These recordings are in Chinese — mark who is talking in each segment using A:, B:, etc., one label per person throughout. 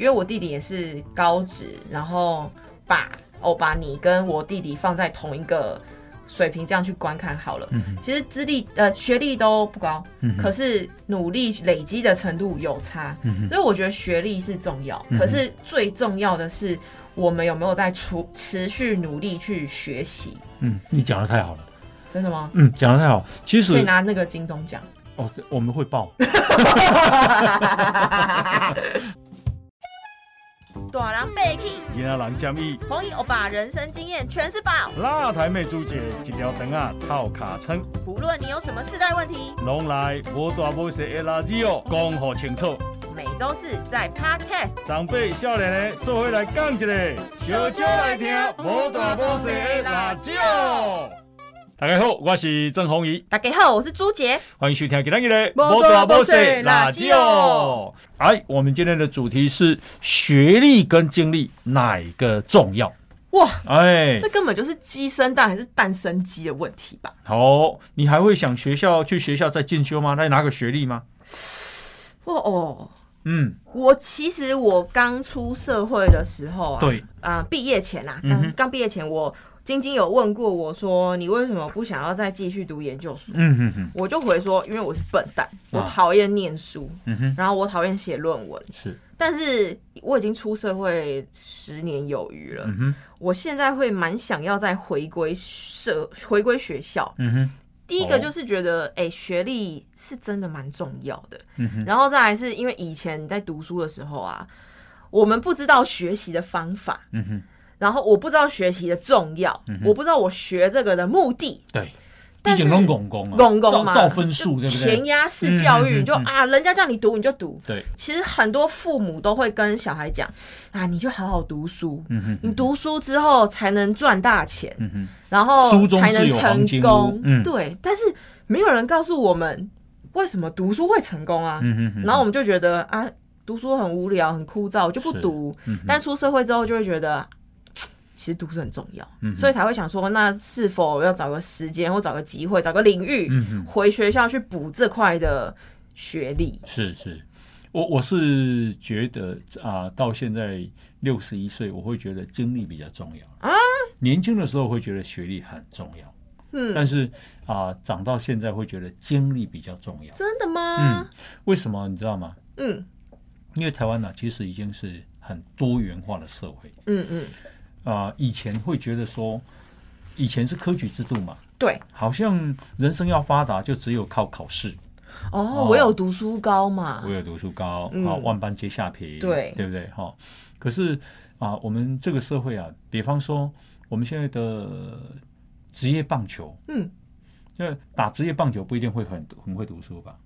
A: 因为我弟弟也是高职，然后把哦把你跟我弟弟放在同一个水平这样去观看好了。
B: 嗯
A: 其实资历呃学历都不高，
B: 嗯哼
A: 可是努力累积的程度有差，
B: 嗯
A: 所以我觉得学历是重要，
B: 嗯哼
A: 可是最重要的是我们有没有在出持续努力去学习，
B: 嗯，你讲的太好了，
A: 真的吗？
B: 嗯，讲的太好。其
A: 可以
B: 实
A: 拿那个金 钟奖。
B: 哦，我们会报，
A: 大人被气，
C: 囡仔人建议，
A: 红衣欧巴人生经验全是宝。
C: 辣台妹主姐一条肠啊套卡称，
A: 不论你有什么世代问题，
C: 拢来无大无小的垃圾哦，讲好清楚。
A: 每周四在 Podcast
C: 长辈少年的做伙来讲一个，
A: 小酒来听无大无小的辣椒。
C: 哦大家好，我是郑宏仪，
A: 大家好，我是朱杰。
C: 欢迎收听今天的
A: 无大无小的哦辣椒。
C: 哎，我们今天的主题是学历跟经历哪一个重要？
A: 哇，
C: 哎
A: 这，根本就是鸡生蛋还是蛋生鸡的问题吧？
C: 好，你还会想学校去学校再进修吗？再拿个学历吗？
A: 哇哦，
C: 嗯，
A: 我其实我刚出社会的时候啊，
C: 对，
A: 啊、毕业前啊，
C: 嗯
A: 刚
C: 哼
A: 刚毕业前我。晶晶有问过我说：“你为什么不想要再继续读研究所
C: 嗯哼哼，？”
A: 我就回说：“因为我是笨蛋，我
C: 哇
A: 讨厌念书，
C: 嗯哼，
A: 然后我讨厌写论文。
C: 是，
A: 但是我已经出社会十年有余了，
C: 嗯哼，
A: 我现在会蛮想要再回归社、回归学校。
C: 嗯哼，
A: 第一个
C: 哦
A: 就是觉得，哎、学历是真的蛮重要的。
C: 嗯哼，
A: 然后再来是因为以前你在读书的时候啊，我们不知道学习的方法，
C: 嗯哼，
A: 然后我不知道学习的重要，我不知道我学这个的目的。
C: 对，
A: 但
B: 一
A: 是
B: 整弄拱拱啊，
A: 拱拱
B: 照
A: 嘛，
B: 照分数，对不
A: 填
B: 对？
A: 鸭式教育，
C: 嗯嗯嗯
A: 你就
C: 嗯
A: 啊，人家叫你读你就读。
C: 对，
A: 其实很多父母都会跟小孩讲啊，你就好好读书，
C: 嗯哼，
A: 你读书之后才能赚大钱，
C: 嗯
A: 然后
B: 书中
A: 才
B: 自
A: 能
B: 有黄
A: 成
B: 金
A: 功
B: 屋。嗯
A: 对，但是没有人告诉我们为什么读书会成功啊。
C: 哼，嗯哼哼，
A: 然后我们就觉得啊，读书很无聊、很枯燥，我就不
C: 是
A: 读。
C: 嗯哼
A: 但出社会之后就会觉得，啊其实读书很重要，
C: 嗯哼
A: 所以才会想说，那是否要找个时间或找个机会、找个领域，
C: 嗯哼
A: 回学校去补这块的学历？
C: 是是，我我是觉得啊、到现在六十一岁，我会觉得经历比较重要
A: 啊。
C: 年轻的时候会觉得学历很重要，
A: 嗯，
C: 但是啊、长到现在会觉得经历比较重要。
A: 真的吗？
C: 嗯为什么你知道吗？
A: 嗯
C: 因为台湾呢、其实已经是很多元化的社会
A: 嗯嗯，
C: 啊、以前会觉得说，以前是科举制度嘛，
A: 对。
C: 好像人生要发达就只有靠考试。
A: 哦
C: 哦，
A: 我有读书高嘛
C: 我？有读书高，
A: 嗯
C: 啊，万般皆下品，
A: 对
C: 对不对？哈、可是啊，我们这个社会啊，比方说我们现在的职业棒球，
A: 嗯，
C: 就打职业棒球不一定会很很会读书吧，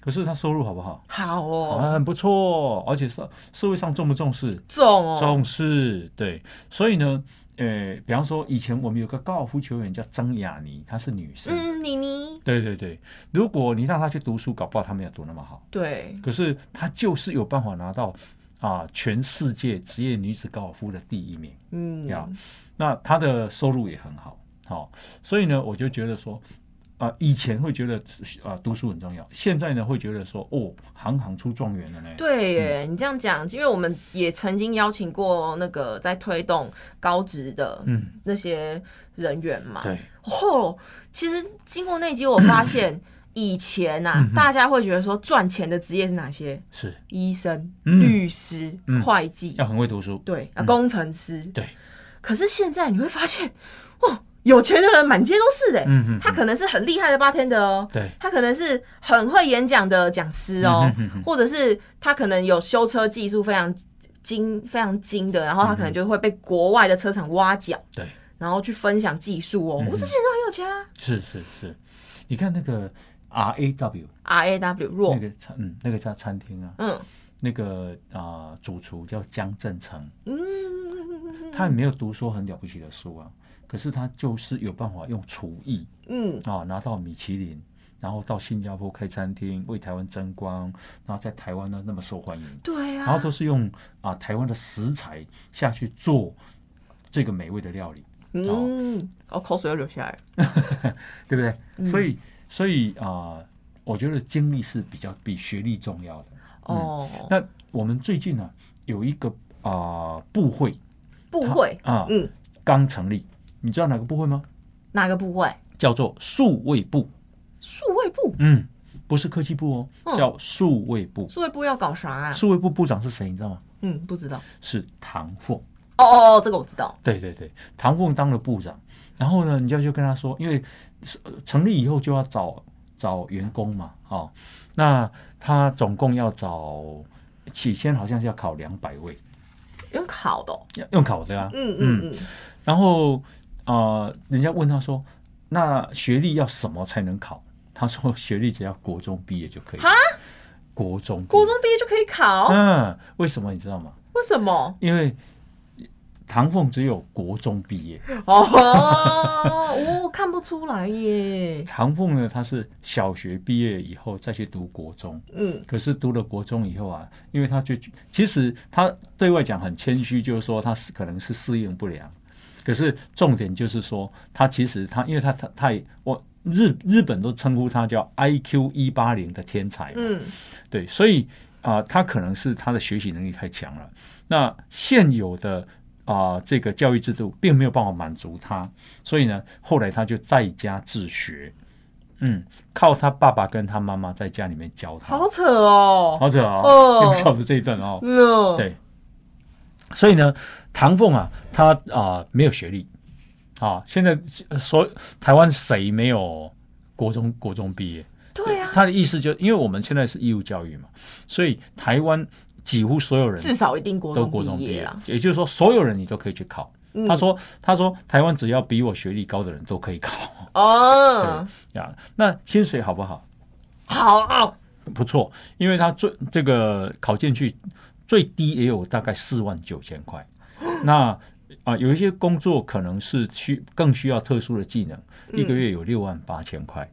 C: 可是他收入好不好？
A: 好
C: 啊，
A: 哦，
C: 很不错，而且社社会上重不重视？
A: 重哦，
C: 重视，对，所以呢，呃，比方说以前我们有个高尔夫球员叫张雅妮，她是女生，
A: 嗯，妮妮，
C: 对对对，如果你让她去读书，搞不好她没有读那么好。
A: 对，
C: 可是她就是有办法拿到啊全世界职业女子高尔夫的第一名
A: 嗯，
C: 呀、那她的收入也很好，好、所以呢，我就觉得说，啊、以前会觉得啊、读书很重要，现在呢会觉得说，哦，行行出状元了呢。
A: 对耶，
C: 嗯
A: 你这样讲，因为我们也曾经邀请过那个在推动高职的
C: 嗯，
A: 那些人员嘛。
C: 对，
A: 哦，其实经过那集，我发现以前呐、
C: 嗯哼
A: 大家会觉得说赚钱的职业是哪些？
C: 是
A: 医生、
C: 嗯
A: 律师、
C: 嗯
A: 会计，
C: 要很会读书。
A: 对啊，工程师。
C: 对，
A: 可是现在你会发现，哇，有钱的人满街都是的。
C: 嗯嗯，
A: 他可能是很厉害的八天的哦，
C: 对，
A: 他可能是很会演讲的讲师哦
C: 嗯哼哼，哼
A: 或者是他可能有修车技术非常精、非常精的，然后他可能就会被国外的车厂挖角，
C: 对，
A: 然后去分享技术哦。
C: 嗯哼
A: 我这些人都很有钱啊
C: 是是是，你看那个 R A W
A: ，R A W
C: 那
A: 弱，
C: 个餐，嗯，那个叫餐厅啊，
A: 嗯
C: 那个啊、主厨叫江正成。
A: 嗯
C: 他也没有读说很了不起的书啊，可是他就是有办法用厨艺
A: 嗯，
C: 啊拿到米其林，然后到新加坡开餐厅，为台湾争光，然后在台湾呢那么受欢迎，
A: 对
C: 然后
A: 啊，
C: 都是用啊台湾的食材下去做这个美味的料理，
A: 嗯，我口水又流下来了，
C: 对不对？
A: 嗯
C: 所以所以啊、我觉得经历是比较比学历重要的。
A: 哦，
C: 那我们最近呢、有一个啊、部会
A: 部会，
C: 啊
A: 嗯，
C: 刚成立，你知道哪个部会吗？
A: 哪个部位？
C: 叫做数位部，
A: 数位部，
C: 嗯，不是科技部哦，
A: 嗯
C: 叫数位部。
A: 数位部要搞啥啊？
C: 数位部部长是谁？你知道吗？
A: 嗯，不知道。
C: 是唐凤。
A: 哦哦哦，这个我知道。
C: 对对对，唐凤当了部长，然后呢，你就就跟他说，因为呃成立以后就要找找员工嘛，哦，那他总共要找起先好像是要考两百位，
A: 用考的哦、
C: 要用考的啊，
A: 嗯嗯嗯，
C: 然后呃，人家问他说，那学历要什么才能考？他说学历只要国中毕业就可以
A: 哈，
C: 国中毕业
A: 国中毕业就可以考，
C: 嗯，为什么你知道吗？
A: 为什么？
C: 因为唐凤只有国中毕业。
A: 哦，我看不出来耶。
C: 唐凤呢，他是小学毕业以后再去读国中，
A: 嗯，
C: 可是读了国中以后啊，因为他就其实他对外讲很谦虚，就是说他是可能是适应不良，可是重点就是说他其实他因为他他太我日日本都称呼他叫 I Q 一八零的天才嘛，
A: 嗯，
C: 对，所以啊、他可能是他的学习能力太强了。那现有的啊、这个教育制度并没有办法满足他，所以呢，后来他就在家自学，嗯，靠他爸爸跟他妈妈在家里面教他。
A: 好扯哦。
C: 好者啊、
A: 哦
C: 又跳出这一段哦。
A: 嗯，
C: 对所以呢，唐凤啊，他啊、没有学历啊，现在呃所台湾谁没有国中国中毕业？
A: 对啊，
C: 他的意思就因为我们现在是义务教育嘛，所以台湾几乎所有人
A: 至少一定国
C: 都国中
A: 中
C: 毕
A: 毕业
C: 业
A: 啦。，
C: 也就是说所有人你都可以去考。
A: 嗯
C: 他说：“他说台湾只要比我学历高的人都可以考
A: 哦，
C: 呀。那薪水好不好？
A: 好哦，
C: 不错，因为他最这个考进去最低也有大概四万九千 块。那啊、有一些工作可能是需更需要特殊的技能，
A: 嗯
C: 一个月有六万八千 块。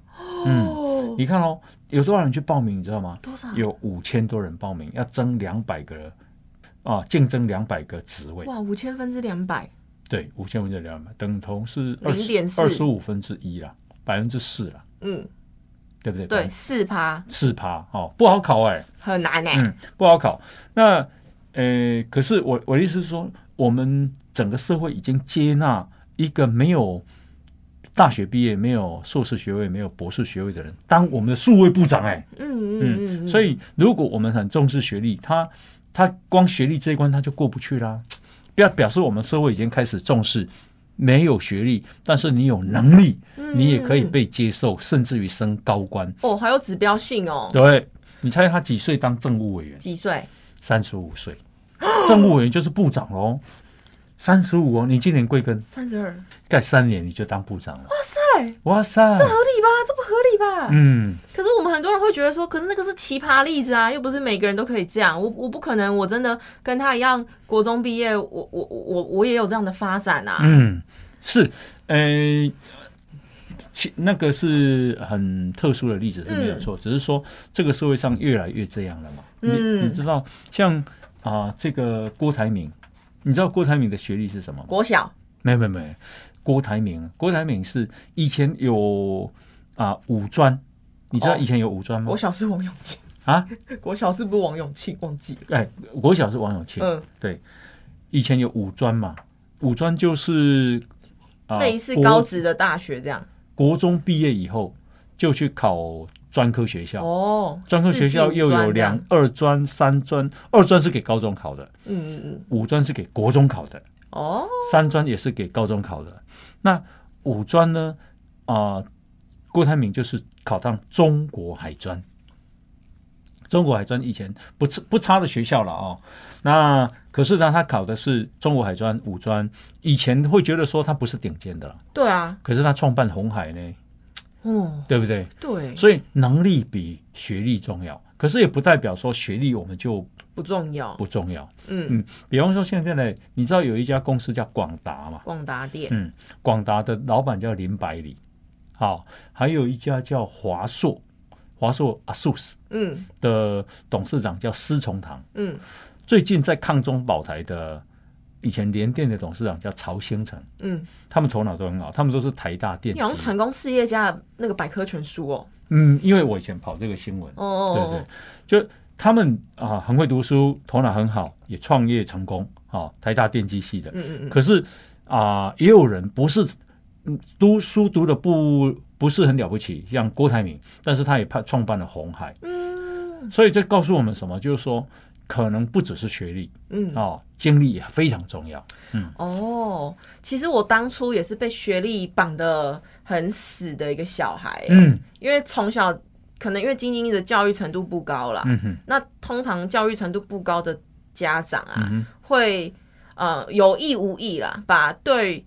C: 嗯，
A: 哦
C: 你看哦，有多少人去报名，你知道吗？
A: 多少？
C: 有五千多人报名，要争两百个啊，竞争两百个职位。
A: 哇，五千分之两百，
C: 对，五千分之两百，等同是
A: 0.4
C: 二十五分之一啦，百分之四啦，
A: 嗯，
C: 对不对？
A: 对，，四趴
C: 四趴哦，不好考哎、
A: 很难哎、
C: 嗯，不好考。那呃，可是我我的意思是说，我们整个社会已经接纳一个没有。大学毕业没有硕士学位、没有博士学位的人，当我们的数位部长哎、
A: 嗯嗯
C: 嗯，
A: 嗯，
C: 所
A: 以
C: 以如果我们很重视学历，他他光学历这一关他就过不去啦。不要表示我们社会已经开始重视没有学历，但是你有能力，
A: 嗯
C: 你也可以被接受，甚至于升高官。
A: 哦，还有指标性哦，
C: 对，你猜他几岁当政务委员？
A: 几岁？
C: 三十五 岁，政务委员就是部长喽。三十五哦，你今年贵庚？
A: 三十二，哇
C: 盖三年你就当部长了。
A: 塞，
C: 哇塞，
A: 合理吧？这不合理吧？
C: 嗯，
A: 可是我们很多人会觉得说，可是那个是奇葩例子啊，又不是每个人都可以这样。我我不可能，我真的跟他一样，国中毕业，我我我我我也有这样的发展啊。
C: 嗯，是，呃，其那个是很特殊的例子是没有错，
A: 嗯
C: 只是说这个社会上越来越这样了嘛。你你
A: 嗯
C: 知道，像啊、这个郭台铭，你知道郭台铭的学历是什么吗？
A: 国小，
C: 没有没有没有，郭台铭，郭台铭是以前有啊、五专，你知道
A: 哦
C: 以前有五专吗
A: 国？小是王永庆，
C: 嗯啊，
A: 国小是不是王永庆？忘记了。
C: 哎，国小是啊王永庆，
A: 嗯，
C: 对，以前有五专嘛，五专就是。啊
A: 类似
C: 国
A: 高职的大学这样。
C: 国中毕业以后就去考专科学校，
A: 哦，
C: 专科学校又有两
A: 嗯
C: 二专、三专，二专是给高中考的，
A: 嗯嗯，
C: 五专是给国中考的，
A: 哦，
C: 三专也是给高中考的。那五专呢？啊、郭台铭就是考上中国海专。中国海专以前不差不差的学校了哦，那可是呢，他考的是中国海专五专，以前会觉得说他不是顶尖的了，
A: 对啊，
C: 可是他创办红海呢，
A: 嗯，
C: 对不对？
A: 对，
C: 所以能力比学历重要，可是也不代表说学历我们就
A: 不重要。
C: 不重要。
A: 嗯，
C: 嗯，比方说现在呢，你知道有一家公司叫广达嘛？
A: 广达店，
C: 嗯，广达的老板叫林百里，好、还有一家叫华硕，华硕 ASUS
A: 嗯
C: 的董事长叫施崇棠，
A: 嗯
C: 最近在抗中保台的以前联电的董事长叫曹兴诚，
A: 嗯，
C: 他们头脑都很好，他们都是台大电
A: 你好像
C: 机。
A: 成功事业家的那个百科全书哦。
C: 嗯，因为我以前跑这个新闻，
A: 哦哦
C: 对对，就他们啊、很会读书，头脑很好，也创业成功啊、台大电机系的。
A: 嗯嗯嗯，
C: 可是啊、也有人不是嗯读书读的不不是很了不起，像郭台铭，但是他也怕创办了红海。
A: 嗯
C: 所以这告诉我们什么？就是说，可能不只是学历
A: 嗯
C: 啊、经历也非常重要。
A: 哦，其实我当初也是被学历绑得很死的一个小孩，，欸
C: 嗯
A: 因为从小可能因为精英的教育程度不高啦，
C: 嗯哼
A: 那通常教育程度不高的家长啊，
C: 嗯哼
A: 会呃有意无意啦，把对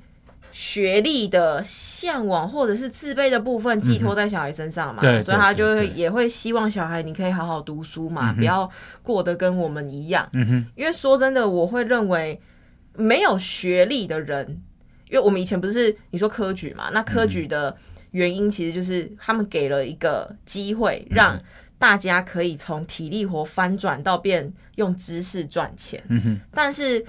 A: 学历的向往或者是自卑的部分寄托在小孩身上嘛，
C: 嗯对
A: 所以他
C: 对
A: 就会
C: 对对
A: 也会希望小孩你可以好好读书嘛，
C: 嗯哼
A: 不要过得跟我们一样。
C: 嗯哼
A: 因为说真的，我会认为没有学历的人，因为我们以前不是你说科举嘛，那科举的原因其实就是他们给了一个机会，让
C: 嗯
A: 大家可以从体力活翻转到变用知识赚钱。
C: 嗯哼
A: 但是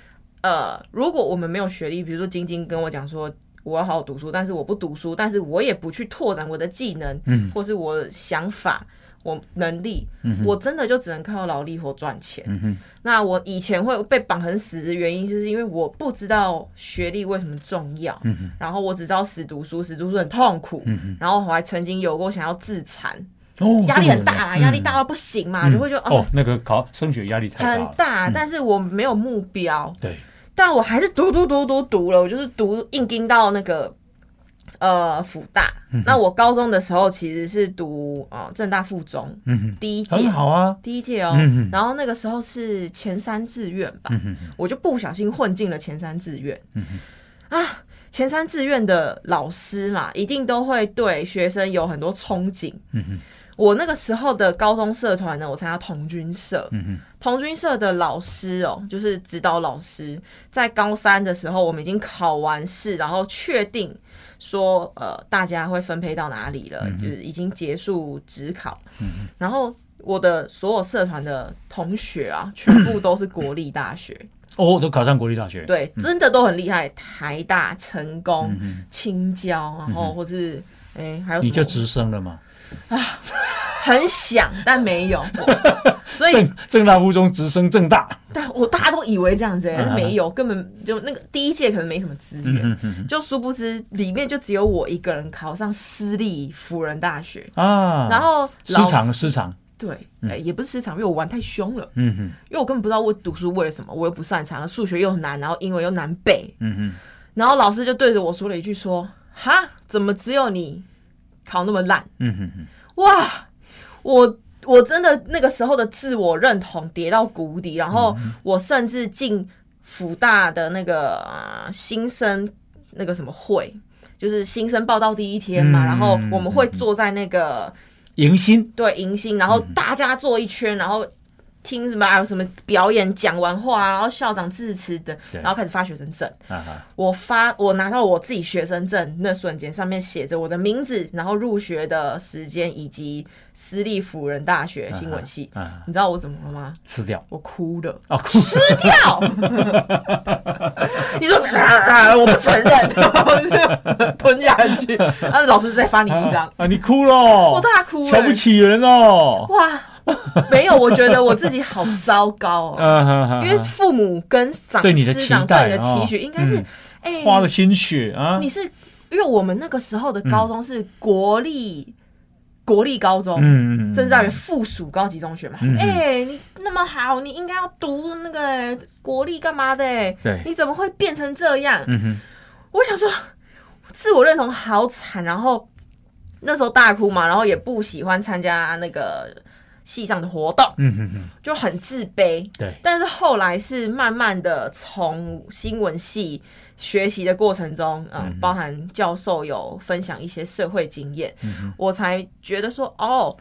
A: 呃，如果我们没有学历，比如说晶晶跟我讲说。我要好好读书，但是我不读书，但是我也不去拓展我的技能，
C: 嗯
A: 或是我想法、我能力，
C: 嗯哼
A: 我真的就只能靠劳力活赚钱。
C: 嗯哼
A: 那我以前会被绑很死的原因，就是因为我不知道学历为什么重要，
C: 嗯哼
A: 然后我只知道死读书，死读书很痛苦，
C: 嗯哼
A: 然后我还曾经有过想要自残，
C: 哦
A: 压力很大啊，压力大
C: 到
A: 到不行嘛，就会觉得
C: 哦
A: 哦，
C: 那个考升学压力太大
A: 很
C: 了。
A: 大，
C: 嗯
A: 但是我没有目标，
C: 对，
A: 但我还是读读读读读了，我就是读硬盯到那个呃辅大。
C: 嗯
A: 那我高中的时候其实是读呃正大附中
C: 嗯
A: 第一
C: 哼，很
A: 届，
C: 好啊。
A: 第一届哦，
C: 嗯嗯
A: 然后那个时候是前三志愿吧，
C: 嗯哼
A: 我就不小心混进了前三志愿。
C: 嗯
A: 啊，前三志愿的老师嘛，一定都会对学生有很多憧憬。
C: 嗯哼
A: 我那个时候的高中社团呢，我参加童军社，
C: 嗯哼
A: 童军社的老师哦，就是指导老师，在高三的时候，我们已经考完试，然后确定说，呃，大家会分配到哪里了，
C: 嗯
A: 就是已经结束职考。然后我的所有社团的同学啊，全部都是国立大学，
C: 哦，都考上国立大学。
A: 对，真的都很厉害，台大、成
C: 嗯
A: 功、青椒，然后或是哎、还有什
C: 你
A: 么？
C: 就直升了嘛？
A: 很想，但没 有，所以
C: 正正大附中直升正大。
A: 但我大家都以为这样子、欸，
C: 嗯嗯
A: 没有，根本就那个第一届可能没什么资源，
C: 嗯哼
A: 就殊不知里面就只有我一个人考上私立辅仁大学，
C: 啊，
A: 然后
C: 失
A: 老
C: 常嗯失常。
A: 对、哎也不是失常，因为我玩太凶了，
C: 嗯哼
A: 因为我根本不知道我读书为了什么，我又不擅长，数学又难，然后英文又难背，
C: 嗯哼。
A: 然后老师就对着我说了一句说：“哈，怎么只有你考那么烂？”
C: 嗯哼哼，
A: 哇，我我真的那个时候的自我认同跌到谷底，然后
C: 嗯
A: 我甚至进福大的那个、呃新生那个什么会，就是新生报道第一天嘛，
C: 嗯嗯
A: 然后我们会坐在那个
C: 迎新
A: 对迎新，然后大家坐一圈，然后。听什么啊还有什么表演，讲完话，啊然后校长致辞的，
C: 对
A: 然后开始发学生证。
C: 啊哈，
A: 我发我拿到我自己学生证那瞬间，上面写着我的名字，然后入学的时间以及私立辅仁大学新闻系。
C: 啊哈，
A: 你知道我怎么了吗？
C: 吃掉
A: 我哭 了，
C: 啊，哭
A: 吃掉。 你说、啊我不承认， 然后就吞下去。然后老师再发你一张，
C: 啊，你哭了，
A: 我大哭、欸，
C: 瞧不。起人哦，
A: 哇，没有，我觉得我自己好糟糕哦。
C: 啊哈哈，
A: 因为父母跟长
C: 对你的
A: 师
C: 期
A: 长对
C: 待
A: 你的
C: 哦
A: 期许应该是
C: 嗯，
A: 哎、
C: 花了心血啊
A: 你，是因为我们那个时候的高中是国立、国立高中，
C: 嗯
A: 政治大学附属高级中学嘛。哎、
C: 嗯嗯
A: 你那么好，你应该要读那个国立干嘛的、
C: 对，
A: 你怎么会变成这样？
C: 嗯哼，
A: 我想说，自我认同好惨，然后那时候大哭嘛，然后也不喜欢参加那个系上的活动，
C: 嗯哼哼，
A: 就很自卑。
C: 对，
A: 但是后来是慢慢的从新闻系学习的过程中，嗯、包含教授有分享一些社会经验，
C: 嗯
A: 我才觉得说，哦，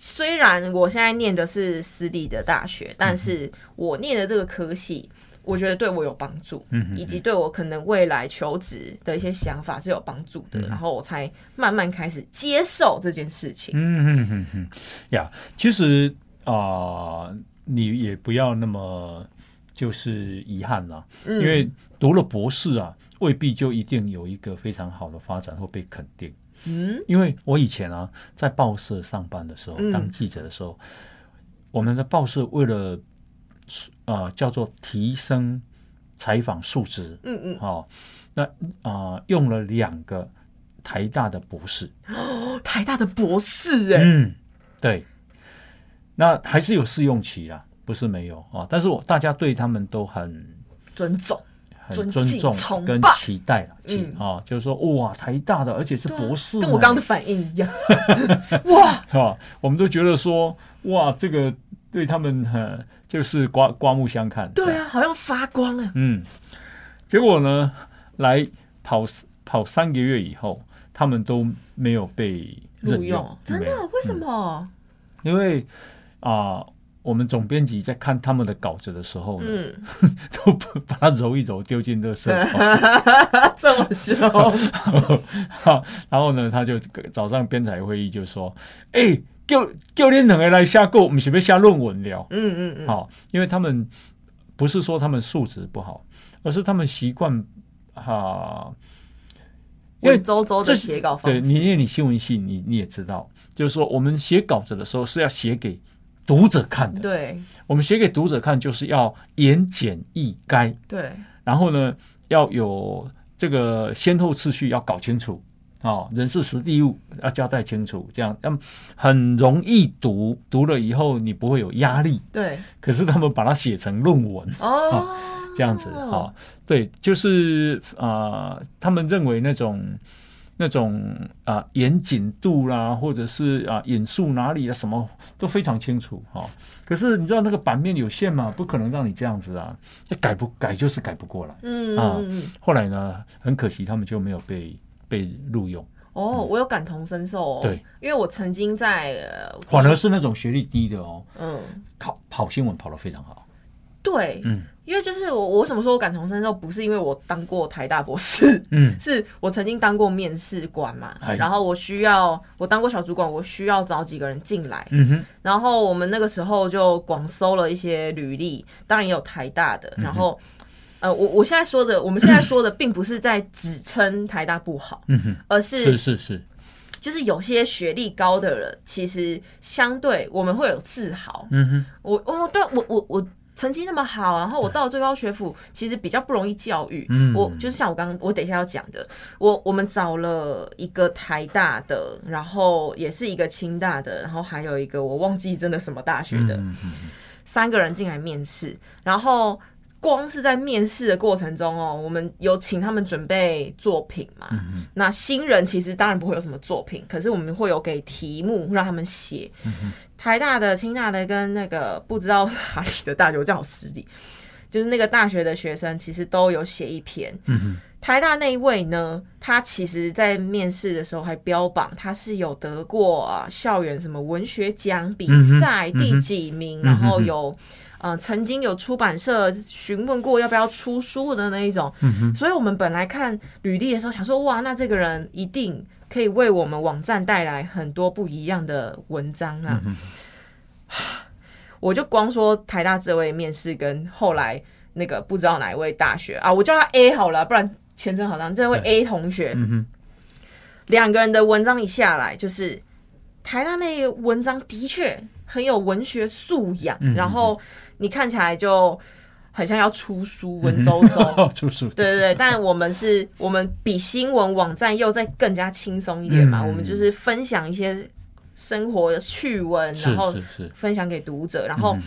A: 虽然我现在念的是私立的大学，但
C: 嗯
A: 是我念的这个科系。我觉得对我有帮助，
C: 嗯
A: 以及对我可能未来求职的一些想法是有帮助
C: 嗯
A: 的，然后我才慢慢开始接受这件事情。
C: 嗯哼哼哼，呀，其实啊，你也不要那么就是遗憾啊啦，
A: 嗯，
C: 因为读了博士啊，未必就一定有一个非常好的发展或被肯定。
A: 嗯
C: 因为我以前啊，在报社上班的时候
A: 嗯，
C: 当记者的时候，我们的报社为了呃叫做提升采访素质，
A: 嗯嗯，
C: 哦，那啊、呃用了两个台大的博士，
A: 哦台大的博士哎、
C: 嗯，对，那还是有试用期啦，不是没有啊、哦但是我大家对他们都很
A: 尊重，
C: 很
A: 尊
C: 尊
A: 敬
C: 重
A: 崇
C: 跟
A: 拜
C: 期待了，期
A: 嗯
C: 啊、哦就是说哇，台大的，而且是
A: 对啊
C: 博士呢，
A: 跟我刚刚的反应一样， 哇，
C: 哈、我们都觉得说哇，这个对他们呃就是刮刮目相看，
A: 对啊，好像发光啊，
C: 嗯，结果呢，来跑跑三个月以后，他们都没有被任
A: 录
C: 用
A: 用，，真
C: 没有嗯
A: 的？为什么？
C: 因为啊、我们总编辑在看他们的稿子的时候呢，
A: 嗯，
C: 都把它揉一揉丢进垃圾桶
A: 啊这么 凶，
C: 哈，然后呢，他就早上编采会议就说：“哎、叫叫恁两个来下购，我们是要下论文了。
A: 嗯嗯嗯，
C: 好、因为他们不是说他们素质不好，而是他们习惯啊，因为
A: 文绉绉
C: 这
A: 的写稿方
C: 对
A: 式，
C: 你，因为你新闻系你你也知道，就是说我们写稿子的时候是要写给读者看的，
A: 对
C: 我们写给读者看就是要言简意赅，
A: 对，
C: 然后呢要有这个先后次序要搞清楚。哦，人事实地物要交代清楚，这样，那么很容易读，读了以后你不会有压力。
A: 对
C: 可是他们把它写成论文，
A: 哦，
C: 这样子哈、哦，对，就是啊、呃他们认为那种那种啊、呃严谨度啦，或者是啊、引述哪里啊，什么都非常清楚哈、哦。可是你知道那个版面有限嘛，不可能让你这样子啊，改不改就是改不过来。
A: 嗯，
C: 啊
A: 嗯嗯
C: 后来呢，很可惜他们就没有被被录用，
A: 哦，我有感同身受哦，
C: 对，
A: 因为我曾经在，呃
C: 反而是那种学历低的哦，
A: 嗯，
C: 考跑新闻跑得非常好。
A: 对，
C: 嗯
A: 因为就是我，我为什么说我感同身受，不是因为我当过台大博士，
C: 嗯
A: 是我曾经当过面试官嘛
C: 哎，
A: 然后我需要，我当过小主管，我需要找几个人进来，
C: 嗯哼
A: 然后我们那个时候就广搜了一些履历，当然也有台大
C: 嗯
A: 的。然后，呃，我我现在说的，我们现在说的，并不是在指称台大不好，
C: 嗯哼，
A: 而
C: 是
A: 是
C: 是是，
A: 就是有些学历高的人，其实相对我们会有自豪。
C: 嗯哼
A: 我我对我我我成绩那么好，然后我到了最高学府，其实比较不容易教育。
C: 嗯
A: 我就是像我刚我等一下要讲的，我我们找了一个台大的，然后也是一个清大的，然后还有一个我忘记真的什么大学的，
C: 嗯嗯
A: 三个人进来面试，然后。光是在面试的过程中哦，我们有请他们准备作品嘛？那新人其实当然不会有什么作品，可是我们会有给题目让他们写。台大的、清大的跟那个不知道哪里的大学，我这样好失礼，就是那个大学的学生其实都有写一篇。
C: 嗯
A: 台大那一位呢，他其实在面试的时候还标榜他是有得过、啊、校园什么文学奖比赛
C: 嗯哼嗯哼
A: 第几名，然后有。呃，曾经有出版社询问过要不要出书的那一种，
C: 嗯哼
A: 所以我们本来看履历的时候想说，哇，那这个人一定可以为我们网站带来很多不一样的文章啊。
C: 嗯
A: 我就光说台大这位面试跟后来那个不知道哪一位大学啊，我叫他 A 好了，不然前程好像这位 A 同学，
C: 嗯哼，
A: 两个人的文章一下来，就是台大那个文章的确很有文学素养，
C: 嗯
A: 然后你看起来就很像要出书，文绉绉。
C: 哦，就是
A: 对对对，但我们是，我们比新闻网站又再更加轻松一点嘛，
C: 嗯
A: 我们就是分享一些生活的趣闻，
C: 是
A: 然后
C: 是是，
A: 分享给读者，然后
C: 嗯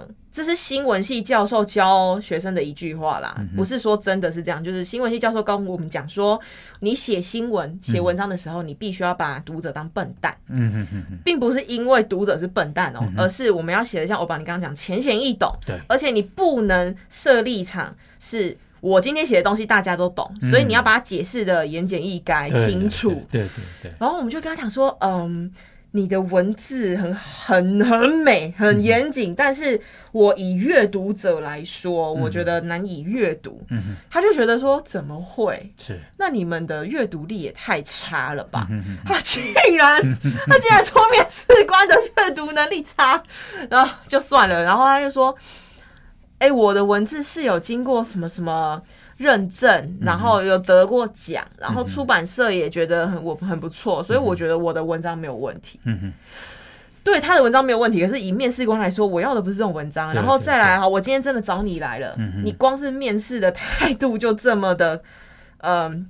A: 嗯。这是新闻系教授教学生的一句话啦，
C: 嗯哼
A: 不是说真的是这样，就是新闻系教授跟我们讲说，你写新闻、写文章的时候，你必须要把读者当笨蛋，
C: 嗯哼嗯哼，
A: 并不是因为读者是笨蛋哦，而是我们要写的像欧巴你刚刚讲浅显易懂，
C: 对
A: 而且你不能设立场是。我今天写的东西大家都懂，所以你要把它解释的言简意赅、
C: 嗯对
A: 清楚。，
C: 对对对对，
A: 然后我们就跟他讲说，嗯，你的文字很很很美，很严谨，但是我以阅读者来说，我觉得难以阅读。
C: 嗯哼，
A: 他就觉得说，怎么会？
C: 是，
A: 那你们的阅读力也太差了吧？
C: 嗯哼，
A: 他竟然，他竟然说面试官的阅读能力差， 然后就算了，然后他就说，哎、我的文字是有经过什么什么认证，然后有得过奖，然后
C: 嗯
A: 出版社也觉得很我很不错，所以我觉得我的文章没有问题。
C: 嗯哼，
A: 对他的文章没有问题，可是以面试官来说，我要的不是这种文章。
C: 对
A: 然后
C: 对
A: 再来哈，我今天真的找你来了，
C: 嗯哼
A: 你光是面试的态度就这么的，嗯、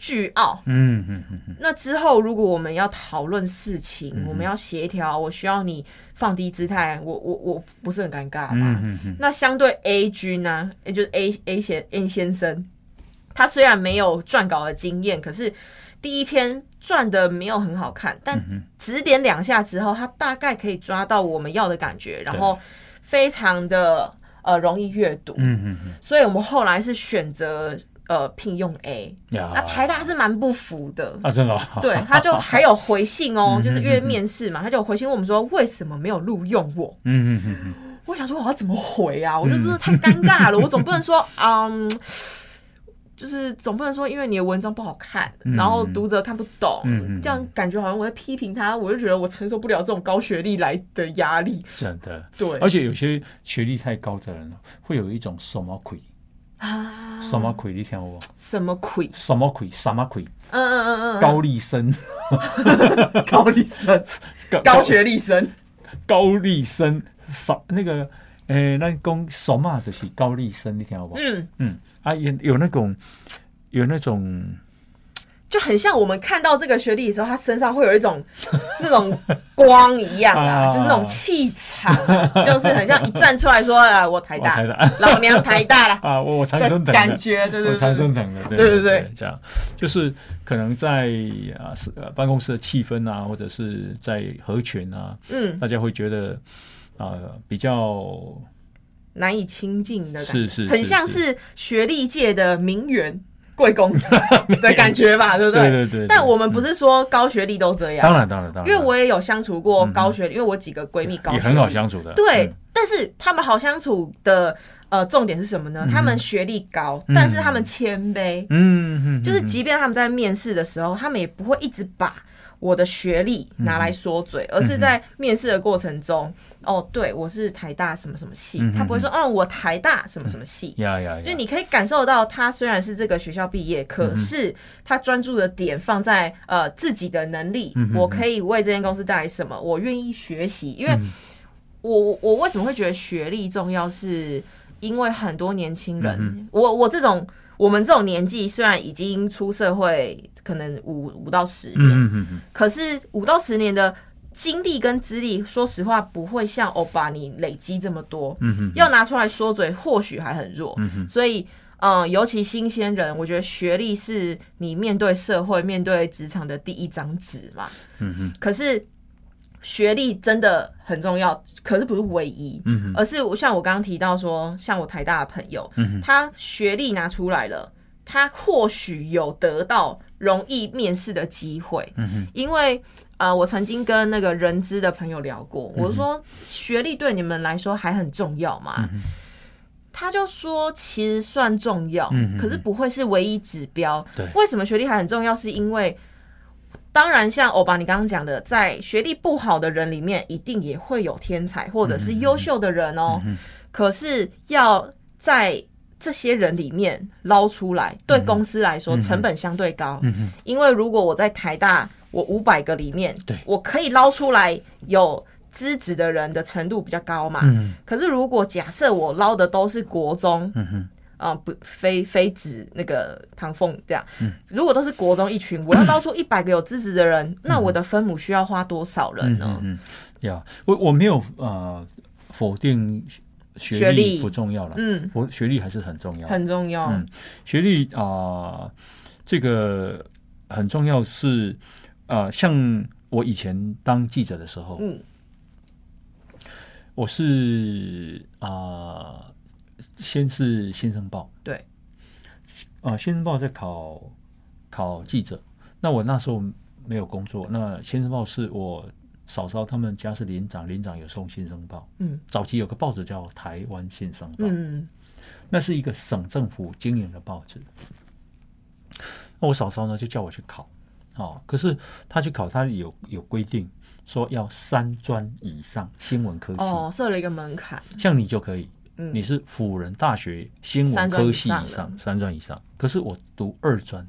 A: 倨傲。
C: 嗯嗯嗯嗯，
A: 那之后，如果我们要讨论事情，
C: 嗯哼
A: 我们要协调，我需要你放低姿态，我我我不是很尴尬吧？
C: 嗯嗯嗯，
A: 那相对 A 君呢、也就是 A A 先 A 先生，他虽然没有撰稿的经验，可是第一篇撰的没有很好看，但
C: 嗯
A: 指点两下之后，他大概可以抓到我们要的感觉，然后非常的呃容易阅读，
C: 嗯嗯嗯，
A: 所以我们后来是选择呃聘用 A。
C: 呀
A: 那台大是蛮不服的，
C: 啊，真的 哦，
A: 对，他就还有回信哦
C: 嗯，
A: 就是因为面试嘛，他就有回信问我们说为什么没有录用我？
C: 嗯嗯嗯嗯，
A: 我想说我要怎么回啊？我就真的太尴尬了， 我总不能说嗯。就是总不能说，因为你的文章不好看，
C: 嗯
A: 然后读者看不懂，
C: 嗯嗯
A: 这样感觉好像我在批评他，我就觉得我承受不了这种高学历来的压力。
C: 真的，
A: 对
C: 而且有些学历太高的人会有一种什么鬼，
A: 啊，
C: 什么鬼，你听我，
A: 什么鬼？
C: 什么鬼，什么鬼，
A: 嗯嗯嗯嗯嗯，
C: 高丽生，
A: 高历生、
C: 高
A: 高学历生，
C: 高丽生，什那个，诶，那讲什么啊就是高丽生，你听好不？
A: 嗯，
C: 嗯，啊，有有那种，有那种，
A: 就很像我们看到这个学历的时候，他身上会有一种 那种光一样啦，
C: 啊
A: 就是那种气场 啊，就是很像一站出来说啊，我台
C: 我
A: 大
C: 台，大
A: 老娘台大啦
C: 啊，我我常春
A: 的
C: 藤
A: 感
C: 的。
A: 觉，对
C: 我
A: 对对
C: 常
A: 对
C: 春藤的，
A: 对
C: 对
A: 对对，
C: 这样就是可能在啊是呃办公室的气氛啊，或者是在合群啊，
A: 嗯，
C: 大家会觉得啊、比较
A: 难以亲近的感觉，
C: 是是
A: 很像是学历界的名媛贵公 子的感觉吧，对不
C: 对
A: 对？
C: 对对。
A: 但
C: 对
A: 我们不是说高学历都这样，
C: 当然当然当然，嗯
A: 因为我也有相处过高学历，因为我几个闺蜜高
C: 也
A: 学
C: 很好
A: 历，
C: 相处的，
A: 对
C: 嗯，
A: 但是他们好相处的呃重点是什么呢？他们学历高，
C: 嗯
A: 但是他们谦卑，
C: 嗯嗯，
A: 就是
C: 嗯
A: 即便他们在面试的时候，他们也不会一直把我的学历拿来说嘴，
C: 嗯
A: 而是在面试的过程中，哦，对我是台大什么什么系，
C: 嗯哼
A: 他不会说，哦，我台大什么什么系。
C: 呀呀呀，
A: 就你可以感受到，他虽然是这个学校毕业，可是他专注的点放在呃自己的能力，
C: 嗯哼
A: 我可以为这间公司带来什么，我愿意学习。因
C: 嗯
A: 为我我我为什么会觉得学历重要，是因为很多年轻人，
C: 嗯
A: 我我这种我们这种年纪，虽然已经出社会，可能五五到十年，
C: 嗯嗯嗯嗯，
A: 可是五到十年的经历跟资历，说实话不会像欧巴你累积这么多，
C: 嗯哼
A: 要拿出来说嘴，或许还很弱，所以。嗯，尤其新鲜人，我觉得学历是你面对社会、面对职场的第一张纸嘛。
C: 嗯哼
A: 可是学历真的很重要，可是不是唯一，
C: 嗯哼
A: 而是我像我刚刚提到说，像我台大的朋友，
C: 嗯哼
A: 他学历拿出来了，他或许有得到容易面试的机会，
C: 嗯哼
A: 因为呃，我曾经跟那个人资的朋友聊过，
C: 嗯
A: 我说学历对你们来说还很重要吗？
C: 嗯
A: 他就说，其实算重要，
C: 嗯哼
A: 可是不会是唯一指标。
C: 对
A: 为什么学历还很重要？是因为，当然像欧巴你刚刚讲的，在学历不好的人里面，一定也会有天才或者
C: 嗯
A: 是优秀的人哦、可是要在这些人里面捞出来，对公司来说成本相对高。
C: 嗯哼
A: 因为如果我在台大，我五百个里面，
C: 对
A: 我可以捞出来有资质的人的程度比较高嘛。
C: 嗯
A: 可是如果假设我捞的都是国中，
C: 嗯哼
A: 啊、不非非指那个唐凤这样，
C: 嗯
A: 如果都是国中一群，我要捞 出一百个有资质的人，那我的分母需要花多少人
C: 嗯
A: 呢
C: 嗯？嗯，呀，我我没有呃否定学
A: 学历
C: 历不重要了，
A: 嗯，
C: 我学历还是很重要，
A: 很重要。
C: 嗯学历啊、这个很重要是啊、像我以前当记者的时候，
A: 嗯
C: 我是啊、先是《先生报》
A: 对
C: 啊，《先生报》在考考记者，那我那时候没有工作，那《先生报》是我嫂嫂他们家是连长，连长有送《先生报》，
A: 嗯
C: 早期有个报纸叫《台湾先生报》，
A: 嗯
C: 那是一个省政府经营的报纸。那我嫂嫂呢就叫我去考，哦，可是她去考，她有有规定说要三专以上新闻科系，
A: 哦，设了一个门槛。
C: 像你就可以，
A: 嗯
C: 你是辅仁大学新闻科系以
A: 三专以上
C: 上，三专以上。可是我读二专，